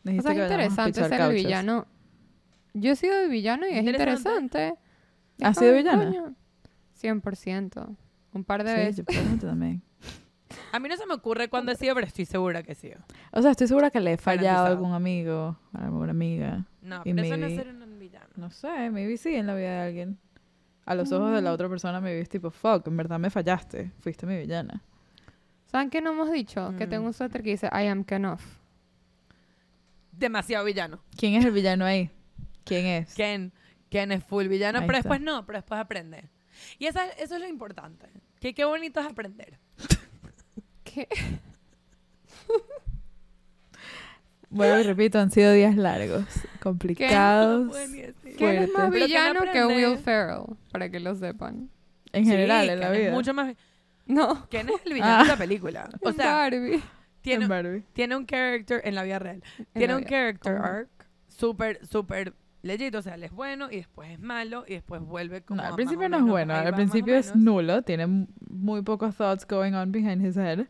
Dijiste sea, es que vayamos a interesante pichar ser el cauchos. villano. Yo he sido el villano y es Interesante. interesante. ¿Has Es sido como, villana? coño, 100%. Un par de Sí, veces. yo probablemente también. A mí no se me ocurre cuándo he sido, pero estoy segura que he sido. O sea, estoy segura que le he fallado a Garantizado. algún amigo, a alguna amiga. No, Y pero eso no maybe- es ser un villano. No sé, maybe sí en la vida de alguien. A los ojos de Mm. la otra persona me viste tipo, fuck, en verdad me fallaste. Fuiste mi villana. ¿Saben qué no hemos dicho? Que Mm. tengo un suéter que dice I am Kenoff. Demasiado villano. ¿Quién es el villano ahí? ¿Quién es? Ken, Ken es full villano, Ahí pero está. después no, pero después aprende. Y esa- eso es lo importante. Que qué bonito es aprender. ¿Qué? Vuelvo y repito, han sido días largos, complicados. No puedo ni decir. ¿Qué? ¿Quién es más Fuerte. Pero que no villano que aprende. Will Ferrell? Para que lo sepan. En Sí, general, en la Ken es vida. Ah. mucho más. No. ¿Quién es el villano de la película? O en sea, Barbie. en tiene, Barbie. tiene un character en la vida real. Tiene un que... character Ujú. arc súper, súper legit. O sea, él es bueno y después es malo y después vuelve como. No, a al más principio o no es menos, bueno, ahí va al más o principio es menos. nulo, tiene m- muy pocos thoughts going on behind his head.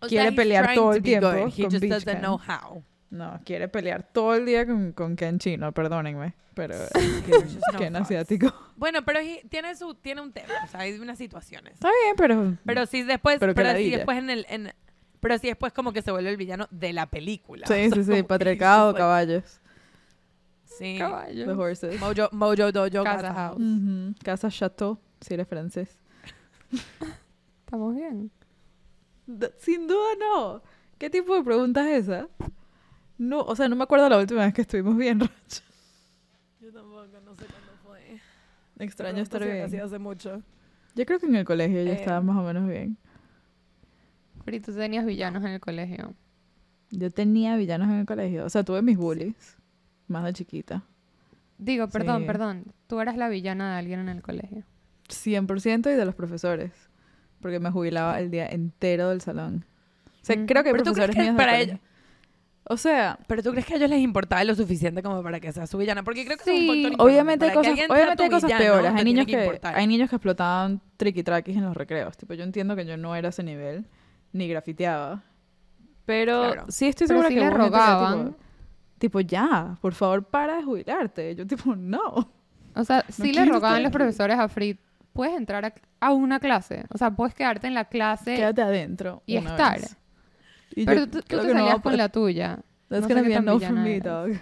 O sea, quiere he's pelear trying todo to el be tiempo good, He con just Beach doesn't Ken. know how. No, quiere pelear todo el día con, con Ken chino, perdónenme. Pero there's just no Ken fucks. asiático. Bueno, pero es- tiene su tiene un tema, o sea, hay unas situaciones. Está bien, pero... Pero si después, Pero pero, qué si ladilla. después en el en- pero si después como que se vuelve el villano de la película. O sí, sea, sí, sí, como que patriarcado, fue- caballos. Sí. The Caballo. horses. Mojo, Mojo Casa Dojo Casa House. House. Ujú, Casa Chateau, si eres francés. Estamos bien. D- Sin duda no. ¿Qué tipo de pregunta es esa? No, o sea, no me acuerdo la última vez que estuvimos bien, Rocha. Yo tampoco, no sé cuándo fue. Extraño estar bien. hace mucho. Yo creo que en el colegio yo Eh, estaba más o menos bien. Pero ¿y tú tenías villanos en el colegio. Yo tenía villanos en el colegio. O sea, tuve mis bullies. Más de chiquita. Digo, perdón, Sí. perdón. Tú eras la villana de alguien en el colegio. 100% y de los profesores. Porque me jubilaba el día entero del salón. O sea, Mm. creo que Pero tú crees profesores que míos del para colegio. O sea, Pero tú crees que a ellos les importaba lo suficiente como para que sea su villana, porque creo que es Sí. un factor importante. Obviamente hay Para que cosas, alguien sea obviamente tu hay cosas villano, peores. te Hay tiene niños que que, importar. hay niños que explotaban triquitraquis en los recreos. Tipo, yo entiendo que yo no era ese nivel, ni grafiteaba. Pero Claro. sí estoy Pero segura sí que le hubo gente que era rogaban. Tipo, tipo, ya, por favor, para de jubilarte. Yo tipo, no. O sea, sí le quiero rogaban estar los aquí. profesores a Frit. Puedes entrar a, a una clase. O sea, puedes quedarte en la clase. Quédate adentro. Eh, y una estar. vez. Y pero yo tú, tú creo te que no va salías a con pa- la tuya. That's no sé gonna qué be a tan no for villana me, eras. dog.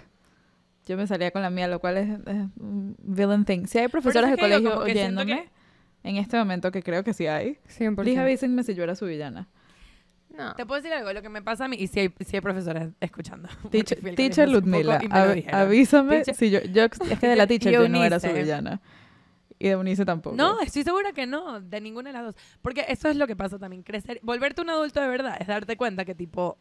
Yo me salía con la mía, lo cual es, es un villain thing. Si hay profesores es de que digo, colegio como que siento oyéndome, en este momento que creo que sí hay, 100%. please avísenme si yo era su villana. No. Te puedo decir algo, lo que me pasa a mí, y si hay, si hay profesores escuchando. porque Teacher, fui al teacher colegio hace poco Ludmila, y me lo av- dijeron. avísame Teacher- si yo, yo- Es que de la teacher y yo no era su Eunice. villana. Y de Unice tampoco. No, estoy segura que no, de ninguna de las dos. Porque eso es lo que pasa también, crecer, volverte un adulto de verdad es darte cuenta que tipo,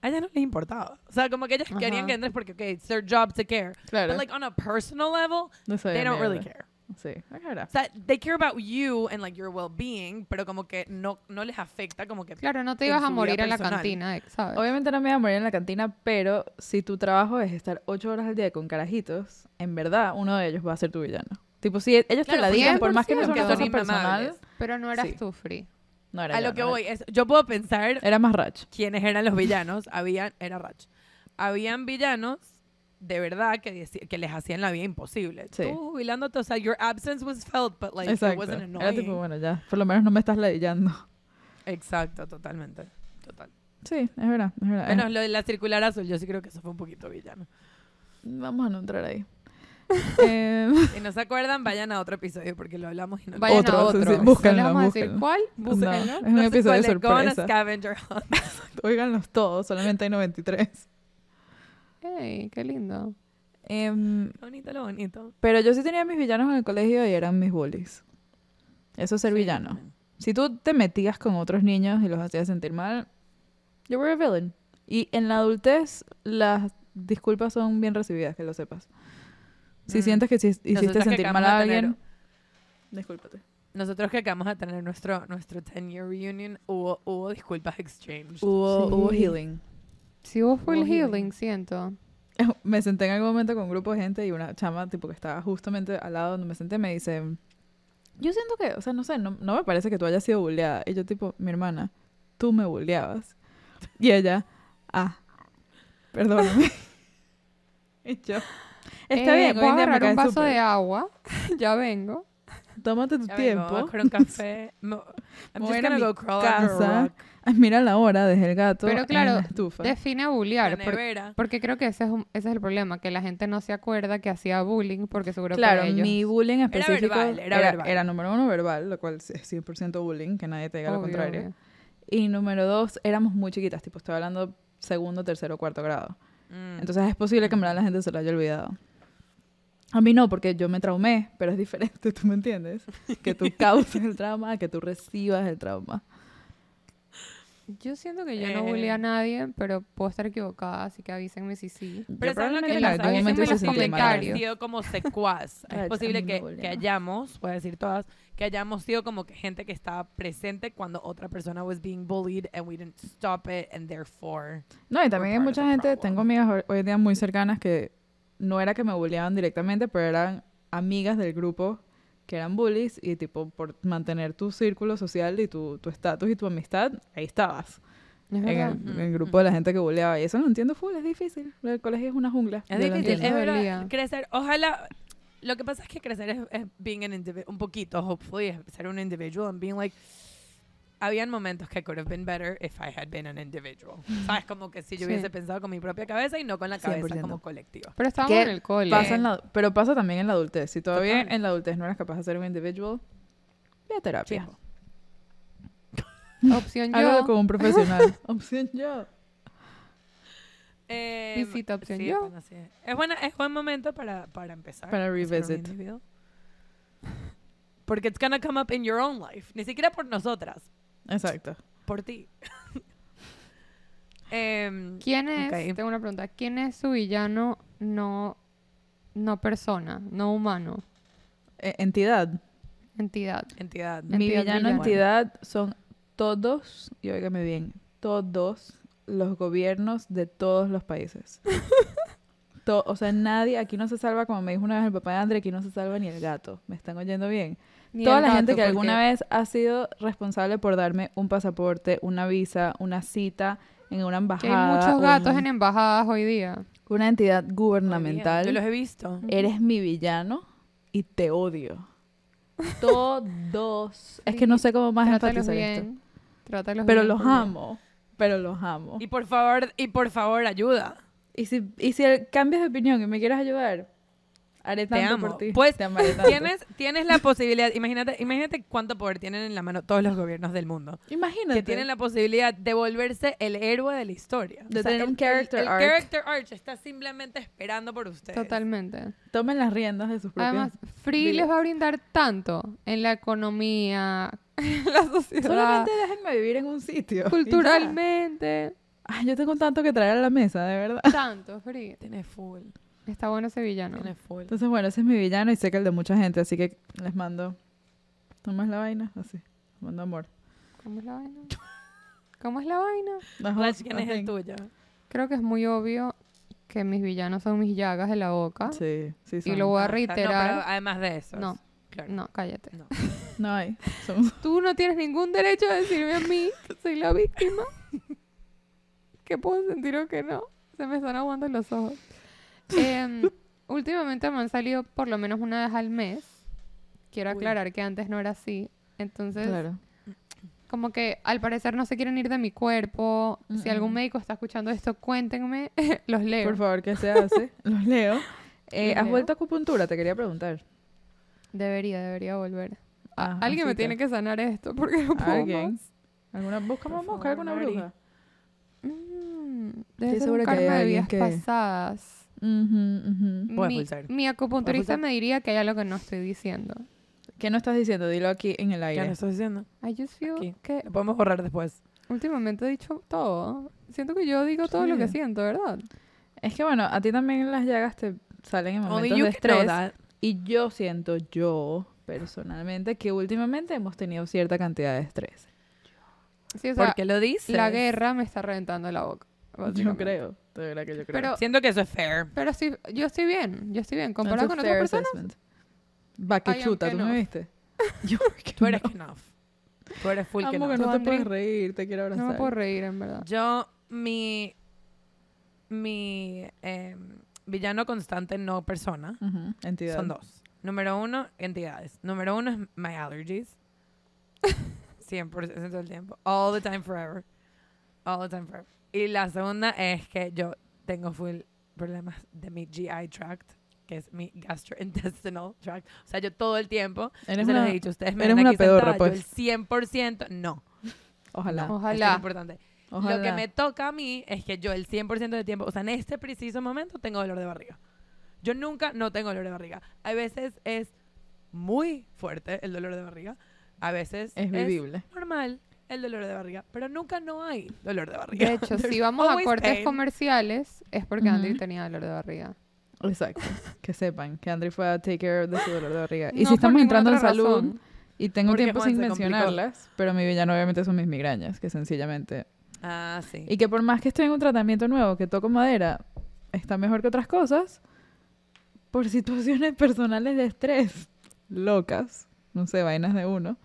a ellas no les importaba. O sea, como que ellas Ajá. querían que entres porque, ok, it's their job to care. claro. But like on a personal level, no sabía they don't really mierda. care. Sí, la cara. O sea, they care about you and like your well-being, pero como que no, no les afecta como que... Claro, no te en ibas a su vida morir en la personal. cantina, eh, ¿sabes? Obviamente no me voy a morir en la cantina, pero si tu trabajo es estar ocho horas al día con carajitos, en verdad uno de ellos va a ser tu villano. Tipo, si e- ellos te Claro, la digan, por más que no sea 100%. una Porque cosa son personal, inmamables. Pero no eras Sí. tú, Free. no era A yo, lo que no era voy es, yo puedo pensar yo. Era más Rach. quiénes eran los villanos, habían, era Rach, habían villanos de verdad que, deci- que les hacían la vida imposible. Sí. Tú jubilándote, o sea, your absence was felt, but like it Exacto. wasn't Era annoying. tipo, bueno, ya, por lo menos no me estás ladillando. Exacto, totalmente. Total. Sí, es verdad, es verdad. Eh, es- Menos lo de la circular azul, yo sí creo que eso fue un poquito villano. Vamos a no entrar ahí. Em, Si no se acuerdan, vayan a otro episodio porque lo hablamos y no Vayan Otro, a sí, otro. sí, No búsquenlo, les vamos a decir búsquenlo. cuál. No, Búsquenlo. es un episodio de cuál Go on a sorpresa. scavenger hunt. Óiganlos todos, solamente hay 93. Ey, qué lindo. Em, Lo bonito, lo bonito. pero yo sí tenía mis villanos en el colegio y eran mis bullies. Eso es ser Sí, villano. también. Si tú te metías con otros niños y los hacías sentir mal, you were a villain. Y en la adultez, las disculpas son bien recibidas, que lo sepas. Si Mm. sientes que si- hiciste Nosotras que sentir mal acabamos a de tener- alguien, discúlpate. Nosotros que acabamos de tener nuestro, nuestro 10-year reunion, hubo, hubo disculpas exchanged. Hubo, Sí. hubo healing. Si vos full Hubo healing. healing, siento. me senté en algún momento con un grupo de gente y una chama, tipo, que estaba justamente al lado donde me senté, me dice, yo siento que, o sea, no sé, no, no me parece que tú hayas sido bulleada. Y yo, tipo, mi hermana, tú me bulleabas. Y ella, ah, perdóname. y yo, está Eh, bien, Voy hoy a en día me agarrar un caes vaso súper. de agua. ya vengo. Tómate tu Ya vengo, voy a tiempo. coger un café. Me- I'm Voy just a ir a gonna mi go crawl under casa, a rock. Ay, mira la hora, dejé el gato Pero en claro, la estufa. Define La bullear. por- nevera. porque creo que ese es, un- ese es el problema, que la gente no se acuerda que hacía bullying porque seguro Claro, para ellos... mi bullying específico verbal, era verbal. era número uno verbal, lo cual es 100% bullying, que nadie te diga lo Obvio, contrario. obvio. Y número dos, éramos muy chiquitas, tipo, estoy hablando segundo, tercero, cuarto grado. Mm. Entonces es posible que en verdad la gente se lo haya olvidado. A mí no, porque yo me traumé, pero es diferente, ¿tú me entiendes? Que tú causes el trauma, a que tú recibas el trauma. Yo siento que yo no Eh. bulleé a nadie, pero puedo estar equivocada, así que avísenme si sí. Pero Yo ¿saben lo que probablemente en pasa? algún Es momento muy hice sentir posible mal que a hayan alguien. sido como secuaz. Ay, es posible chamo, que, me volví que a- hayamos, voy a decir todas, que hayamos sido como que gente que estaba presente cuando otra persona was being bullied and we didn't stop it and therefore... No, y también hay part of mucha the gente, problem. tengo amigas hoy- hoy en día muy cercanas que no era que me bulleaban directamente, pero eran amigas del grupo que eran bullies y tipo por mantener tu círculo social y tu tu estatus y tu amistad, ahí estabas. Es en verdad. el, en Mm. el grupo de la gente que boleaba. Y eso lo entiendo full, es difícil. El colegio es una jungla. Yo Es lo difícil, entiendo. es entiendo. verdad. Debería. Crecer, ojalá. Lo que pasa es que crecer es, es being an individual, un poquito, hopefully, es ser un individual and being like. Habían momentos que could have been better if I had been an individual. ¿Sabes? Como que si yo Sí. hubiese pensado con mi propia cabeza y no con la cabeza 100%. como colectiva. Pero estábamos ¿Qué en el cole. Pasa en la- pero pasa también en la adultez. Si todavía Total. en la adultez no eres capaz de ser un individual, ve a terapia. Fijo. Opción Hágalo yo. con un profesional. Opción yo. Eh, Visita opción sí, yo. bueno, sí. Es, buena, es buen momento para, para empezar. Para a ser un revisit. individual. Porque it's gonna come up in your own life. Ni siquiera por nosotras, Exacto. por ti. Em, ¿Quién es? Ok. Tengo una pregunta. ¿Quién es su villano no, no persona, no humano, E- entidad. entidad? entidad. Mi Entidad villano, brillante. entidad son todos, y óigame bien, todos los gobiernos de todos los países. To- o sea, nadie, aquí no se salva, como me dijo una vez el papá de André, aquí no se salva ni el gato. ¿Me están oyendo bien? Ni Toda el la gente gato, que alguna porque vez ha sido responsable por darme un pasaporte, una visa, una cita en una que embajada. hay o muchos en gatos ¿eh? un- en embajadas hoy día. Una entidad Yo gubernamental. los he visto. Eres mi villano y te odio. Todos. es que no sé cómo más Trátalos enfatizar esto. bien. Trátalos Pero bien, los por Dios. amo. Pero los amo. Y por favor, y por favor, ayuda. Y si, y si el- cambias de opinión y me quieres ayudar, haré Te tanto amo. por ti. Pues, te amaré tanto. Tienes, tienes la posibilidad, imagínate, imagínate cuánto poder tienen en la mano todos los gobiernos del mundo. Imagínate. Que tienen la posibilidad de volverse el héroe de la historia. De tener el, un character el- el arc. character arc está simplemente esperando por ustedes. Totalmente. Tomen las riendas de sus propias. Además, Free les va a brindar tanto en la economía, en la sociedad, Solamente déjenme vivir en un sitio. y ya. culturalmente. Ay, yo tengo tanto que traer a la mesa, de verdad. Tanto, Free. Tienes full, Está bueno ese villano. tienes full. Entonces, bueno, ese es mi villano y sé que el de mucha gente, así que les mando. Tomas la vaina, así. Les Mando amor. ¿Cómo es la vaina? ¿Cómo es la vaina? Ajá, Rach, ¿quién es el amén. tuyo? Creo que es muy obvio que mis villanos son mis llagas de la boca. Sí, sí, Ah. Y son- lo voy a Ah, No, pero reiterar. además de eso. No, claro. no, cállate. No. No hay. Somos- Tú no tienes ningún derecho a decirme a mí que soy la víctima. que puedo sentir o que no. Se me están aguando los ojos. Em, últimamente me han salido por lo menos una vez al mes. Quiero Uy. aclarar que antes no era así. Entonces, Claro. como que al parecer no se quieren ir de mi cuerpo. Si algún Mm-mm. médico está escuchando esto, cuéntenme. los leo. Por favor, ¿qué se hace? Los leo. Eh, Los ¿Has leo. vuelto a acupuntura? Te quería preguntar. Debería, debería volver. Ah, Alguien me así tiene que sanar esto porque no puedo Alguien. más. ¿Alguna, busca, Por vamos a buscar favor, alguna Mari. bruja. Mm, debe Estoy ser segura un que hay karma de alguien vidas que- pasadas. Ujú, ujú. Voy a Mi, pulsar. mi acupunturista pulsar. me diría que hay algo que no estoy diciendo. ¿Qué no estás diciendo? Dilo aquí en el ¿Qué aire. le estoy diciendo? I just feel Aquí. que Lo podemos borrar después. últimamente he dicho todo. Siento que yo digo todo lo que Sí. siento, ¿verdad? Es que bueno, a ti también las llagas te salen en Only momentos you de can know estrés. that. Y yo siento yo personalmente que últimamente hemos tenido cierta cantidad de estrés. Sí, o sea, ¿Por qué lo dices? la guerra me está reventando la boca. Yo básicamente. creo, de verdad que yo creo. Pero- Siento que eso es fair. Pero sí, yo estoy bien, yo estoy bien. That's Comparado a con fair otras personas, assessment. Va, I que am chuta, que ¿tú no. me viste? Yo, que Tú eres enough. Tú eres full Amo que que no. no, Tú, te Andri- puedes reír, te quiero abrazar. no me puedo reír, en verdad. Yo, mi. Mi. em, villano constante, no persona. Ujú, Entidad. Son dos. Número uno, entidades. Número uno es my allergies. 100% del tiempo. All the time, forever. All the time, forever. Y la segunda es que yo tengo full problemas de mi GI tract, que es mi gastrointestinal tract. O sea, yo todo el tiempo. Eres se los una- he dicho, ustedes me eres ven una aquí pedorra, sentada, pues. Yo el 100%, no. Ojalá. No. Esto es lo Ojalá. importante. Ojalá. Lo que me toca a mí es que yo el 100% del tiempo, o sea, en este preciso momento tengo dolor de barriga. Yo nunca no tengo dolor de barriga. A veces es muy fuerte el dolor de barriga. A veces Es vivible. normal el dolor de barriga, pero nunca no hay dolor de barriga. De hecho, There's si vamos a always cortes pain. comerciales, es porque Andy Ujú. tenía dolor de barriga. Exacto. que sepan que Andri fue a take care de su dolor de barriga. No y si por estamos ninguna entrando en otra salud razón. y tengo Porque tiempo Juan sin se complicó. mencionarlas, pero mi villano obviamente son mis migrañas, que sencillamente... Ah, sí. Y que por más que estoy en un tratamiento nuevo, que toco madera, está mejor que otras cosas, por situaciones personales de estrés, locas, no sé, vainas de uno.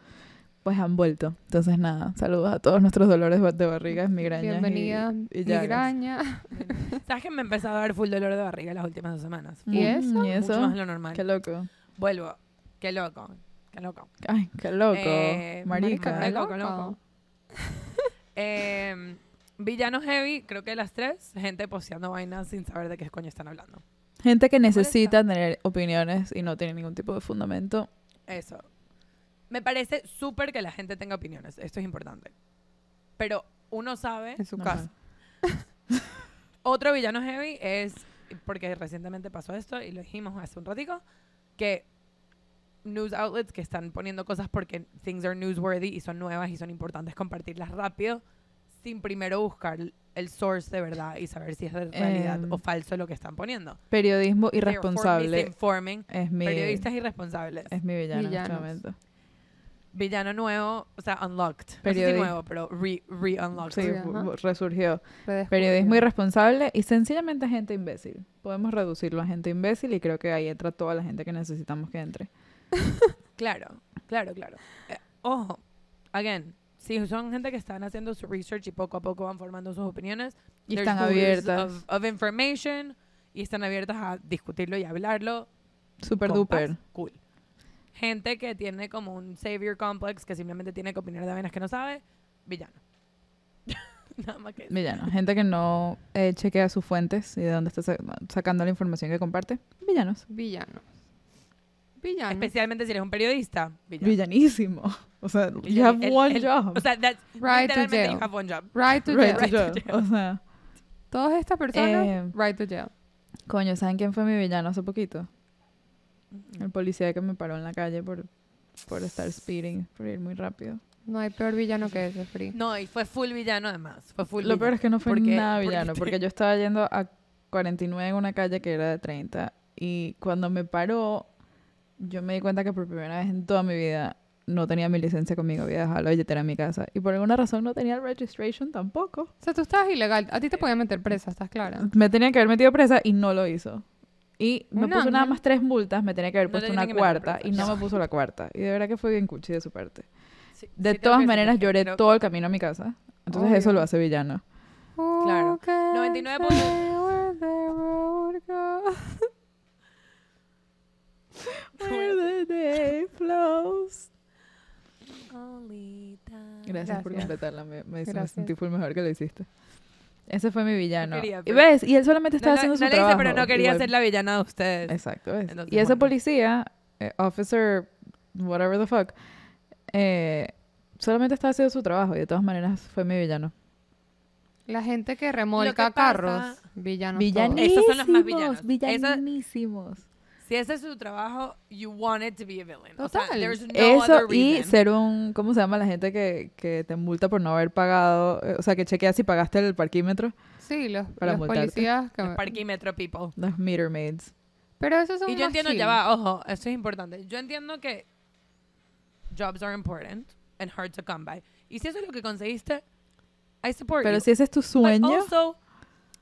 pues han vuelto. Entonces, nada, saludos a todos nuestros dolores ba- de barrigas, migrañas. y- Bienvenida, y llagas. migraña. ¿Sabes que me empezó a dar full dolor de barriga las últimas dos semanas? Mm, ¿Y eso? ¿Y Mucho más eso? de lo normal. Qué loco. Vuelvo. Qué loco. Qué loco. Ay, qué loco. Eh, Marica. marica, Qué loco, loco. loco. Eh, villanos heavy, creo que las tres. Gente poseando vainas sin saber de qué coño están hablando. Gente que necesita tener opiniones y no tiene ningún tipo de fundamento. Eso. Me parece súper que la gente tenga opiniones. Esto es importante. Pero uno sabe. En su No casa. sé. Otro villano heavy es, porque recientemente pasó esto y lo dijimos hace un ratico, que news outlets que están poniendo cosas porque things are newsworthy y son nuevas y son importantes compartirlas rápido sin primero buscar el source de verdad y saber si es de realidad Em, o falso lo que están poniendo. Periodismo Therefore, irresponsable. misinforming, Es mi, periodistas irresponsables. es mi villano en este Villanos. momento. Villano nuevo, o sea, unlocked. No sé si Periodi- nuevo, pero re- re-unlocked. Sí, Ajá. bu- bu- resurgió. Redescubrió. Periodismo irresponsable y sencillamente gente imbécil. Podemos reducirlo a gente imbécil y creo que ahí entra toda la gente que necesitamos que entre. Claro, claro, claro. Eh, ojo, again, si son gente que están haciendo su research y poco a poco van formando sus opiniones, Y there's están oodles abiertas. Of, of information y están abiertas a discutirlo y hablarlo. Super con paz, duper. Cool. Gente que tiene como un savior complex que simplemente tiene que opinar de vainas que no sabe, villano. Nada más que eso. Villano. Gente que no eh, chequea sus fuentes y de dónde está sa- sacando la información que comparte. Villanos. Villanos. Villanos. Especialmente si eres un periodista, villano. Villanísimo. O sea, you Villani- have el- one el- job. O sea, that's, Right to literalmente jail. you have one job. Right to Right jail. to Right to jail. O sea, Todas estas personas, Eh, right to jail. coño, ¿saben quién fue mi villano hace poquito? El policía que me paró en la calle por, por estar speeding, por ir muy rápido. No hay peor villano que ese, Free. No, y fue full villano además. Fue full Lo peor villano. es que no fue Porque- nada porque villano, te- porque yo estaba yendo a 49 en una calle que era de 30 y cuando me paró, yo me di cuenta que por primera vez en toda mi vida no tenía mi licencia conmigo, había dejado la billetera en mi casa y por alguna razón no tenía el registration tampoco. O sea, tú estabas ilegal. A ti te podían meter presa, ¿estás clara? Me tenía que haber metido presa y no lo hizo. Y me Un puso nada ángel. más tres multas, me tenía que haber No te puesto tienen una que meter cuarta presa, y no ya. me puso la cuarta. Y de verdad que fue bien cuchi de su parte. Sí, De sí tengo todas que decir maneras que lloré creo- todo el camino a mi casa. Entonces eso Obvio. lo hace villano. Claro. Who can 99 say where the road goes? Where the day flows. Gracias, por Gracias. completarla. Me, me- me Gracias. sentí full mejor que lo hiciste. Ese fue mi villano. quería, Y pero- ¿Ves? Y él solamente No, estaba no, haciendo su no le hice, trabajo. pero no quería Igual- ser la villana de ustedes. Exacto. ¿ves? Entonces, y ese bueno. policía, eh, officer, whatever the fuck, eh, solamente estaba haciendo su trabajo y de todas maneras fue mi villano. La gente que remolca pasa- carros, villanos. Villanísimos. todos. Eh, Esos son los más villanos. Villanísimos. Si ese es su trabajo, you wanted to be a villain. O sea, Total. there's no Eso other y reason. ser un, ¿cómo se llama la gente que, que te multa por no haber pagado? eh, O sea, que chequeas si pagaste el parquímetro. Sí, los, Para los multarte. policías. que- Los parquímetro people. Los meter maids. Pero esos son Y yo más entiendo, chill. ya va, ojo, eso es importante. Yo entiendo que jobs are important and hard to come by. Y si eso es lo que conseguiste, I support Pero you. si ese es tu But sueño, also-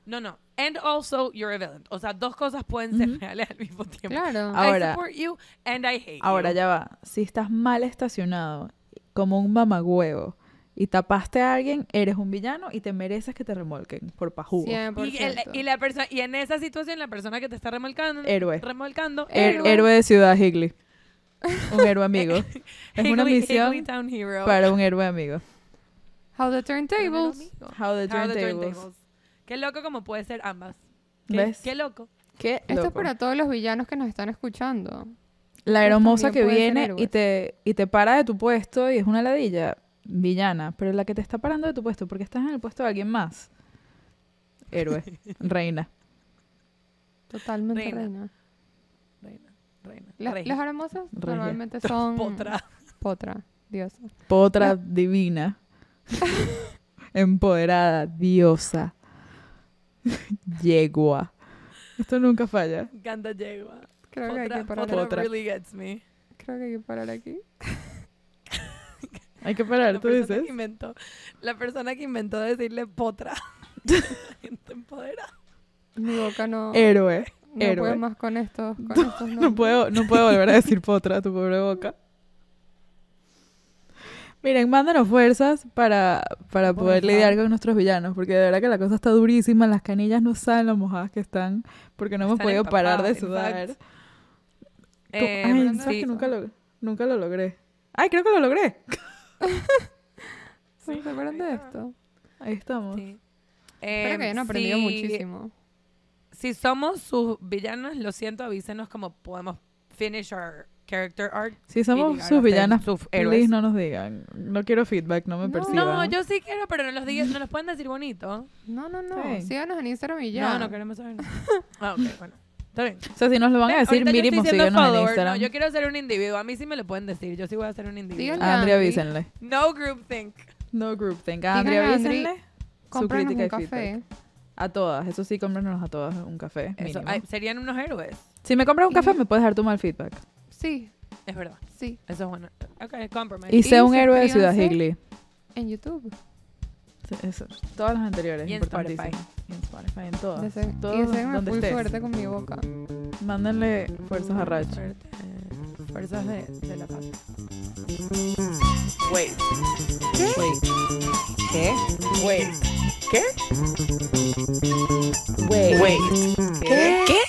no, no. And also, you're a villain. O sea, dos cosas pueden ser reales al mismo tiempo. Claro. Ah, Ahora- I support you and I hate ahora you. ya va. Si estás mal estacionado, como un mamagüevo, y tapaste a alguien, eres un villano y te mereces que te remolquen por pajugo. 100%. Y, el- y la persona y en esa situación la persona que te está remolcando Héroe. remolcando Her- Héroe. Eh, er, héroe de Ciudad Higley. Un héroe amigo. es una Higley- misión Higley Town Hero. para un héroe amigo. How the Pero turntables. amigo. How the How the turntables. turntables. Qué loco como puede ser ambas. Qué, ¿Ves? qué loco. Qué Esto es loco. para todos los villanos que nos están escuchando. La Ellos hermosa que también pueden ser viene y héroes. te, y te para de tu puesto y es una ladilla, villana. Pero la que te está parando de tu puesto porque estás en el puesto de alguien más, héroe, reina. Totalmente Reina. reina. Reina, reina. La- rey. las hermosas Regia. normalmente son... Potra. Potra, diosa. Potra divina, empoderada, diosa, yegua. Esto nunca falla. Ganda yegua. Creo que hay Potra, que parar potra Potra. really gets me. aquí. Creo que hay que parar aquí. Hay que parar, La tú persona dices. que inventó, la persona que inventó decirle potra. Gente empoderada. Mi boca no, Héroe. no Eh, héroe. puede más con estos, con estos No nombres. puedo, no puedo volver a decir potra a tu pobre boca. Miren, mándanos fuerzas para, para Por poder lidiar favor. con nuestros villanos, porque de verdad que la cosa está durísima, las canillas no saben lo mojadas que están, porque no hemos Están podido parar de empapadas, in sudar. fact. Co- Eh, Ay, hablando de ¿sabes que eso. nunca lo, nunca lo logré? Ay, creo que lo logré. ¿Se acuerdan de esto? Eh, Ahí estamos. sí. Espero Em, que hayan aprendido si- muchísimo. Si somos sus villanos, lo siento, avísenos cómo podemos finish our character arc. Si somos llegar a sus ser villanas, sus please héroes. no nos digan. No quiero feedback, no me No. persigan. No, yo sí quiero, pero no los, diga- no los pueden decir bonito. No, no, no. Sí. Síganos en Instagram y ya. No, no queremos saber. nada. Ah, ok, bueno. Está bien. O sea, si nos lo van a decir, Ahorita yo estoy mínimo siendo síguenos en follower, Instagram. No, yo quiero ser un individuo. A mí sí me lo pueden decir. Yo sí voy a ser un individuo. Díganle. A Andrea Andy. avísenle. No group think. No group think. A Digan Andrea a Andri, avísenle. Su Cómpranos crítica un y feedback. café. A todas. Eso sí, cómpranos a todas un café. Eso, mínimo. ay, serían unos héroes. Si me compras un café, Y- me puedes dar tu mal feedback. Sí, Es verdad. sí. Eso es bueno. Ok, compromise. Y sé un héroe de Ciudad suscríbanse. Higley. En YouTube. Sí, Eso. Todas las anteriores. Y en importantísimo. Spotify. Y en Spotify, en todas. Dese- todos y deseenme donde full estés. suerte con mi boca. Mándenle fuerzas a Rach. Suerte, Fuerzas de, de la paz. Wait. Wait. ¿Qué? Wait. ¿Qué? Wait. Wait. ¿Qué? ¿Qué?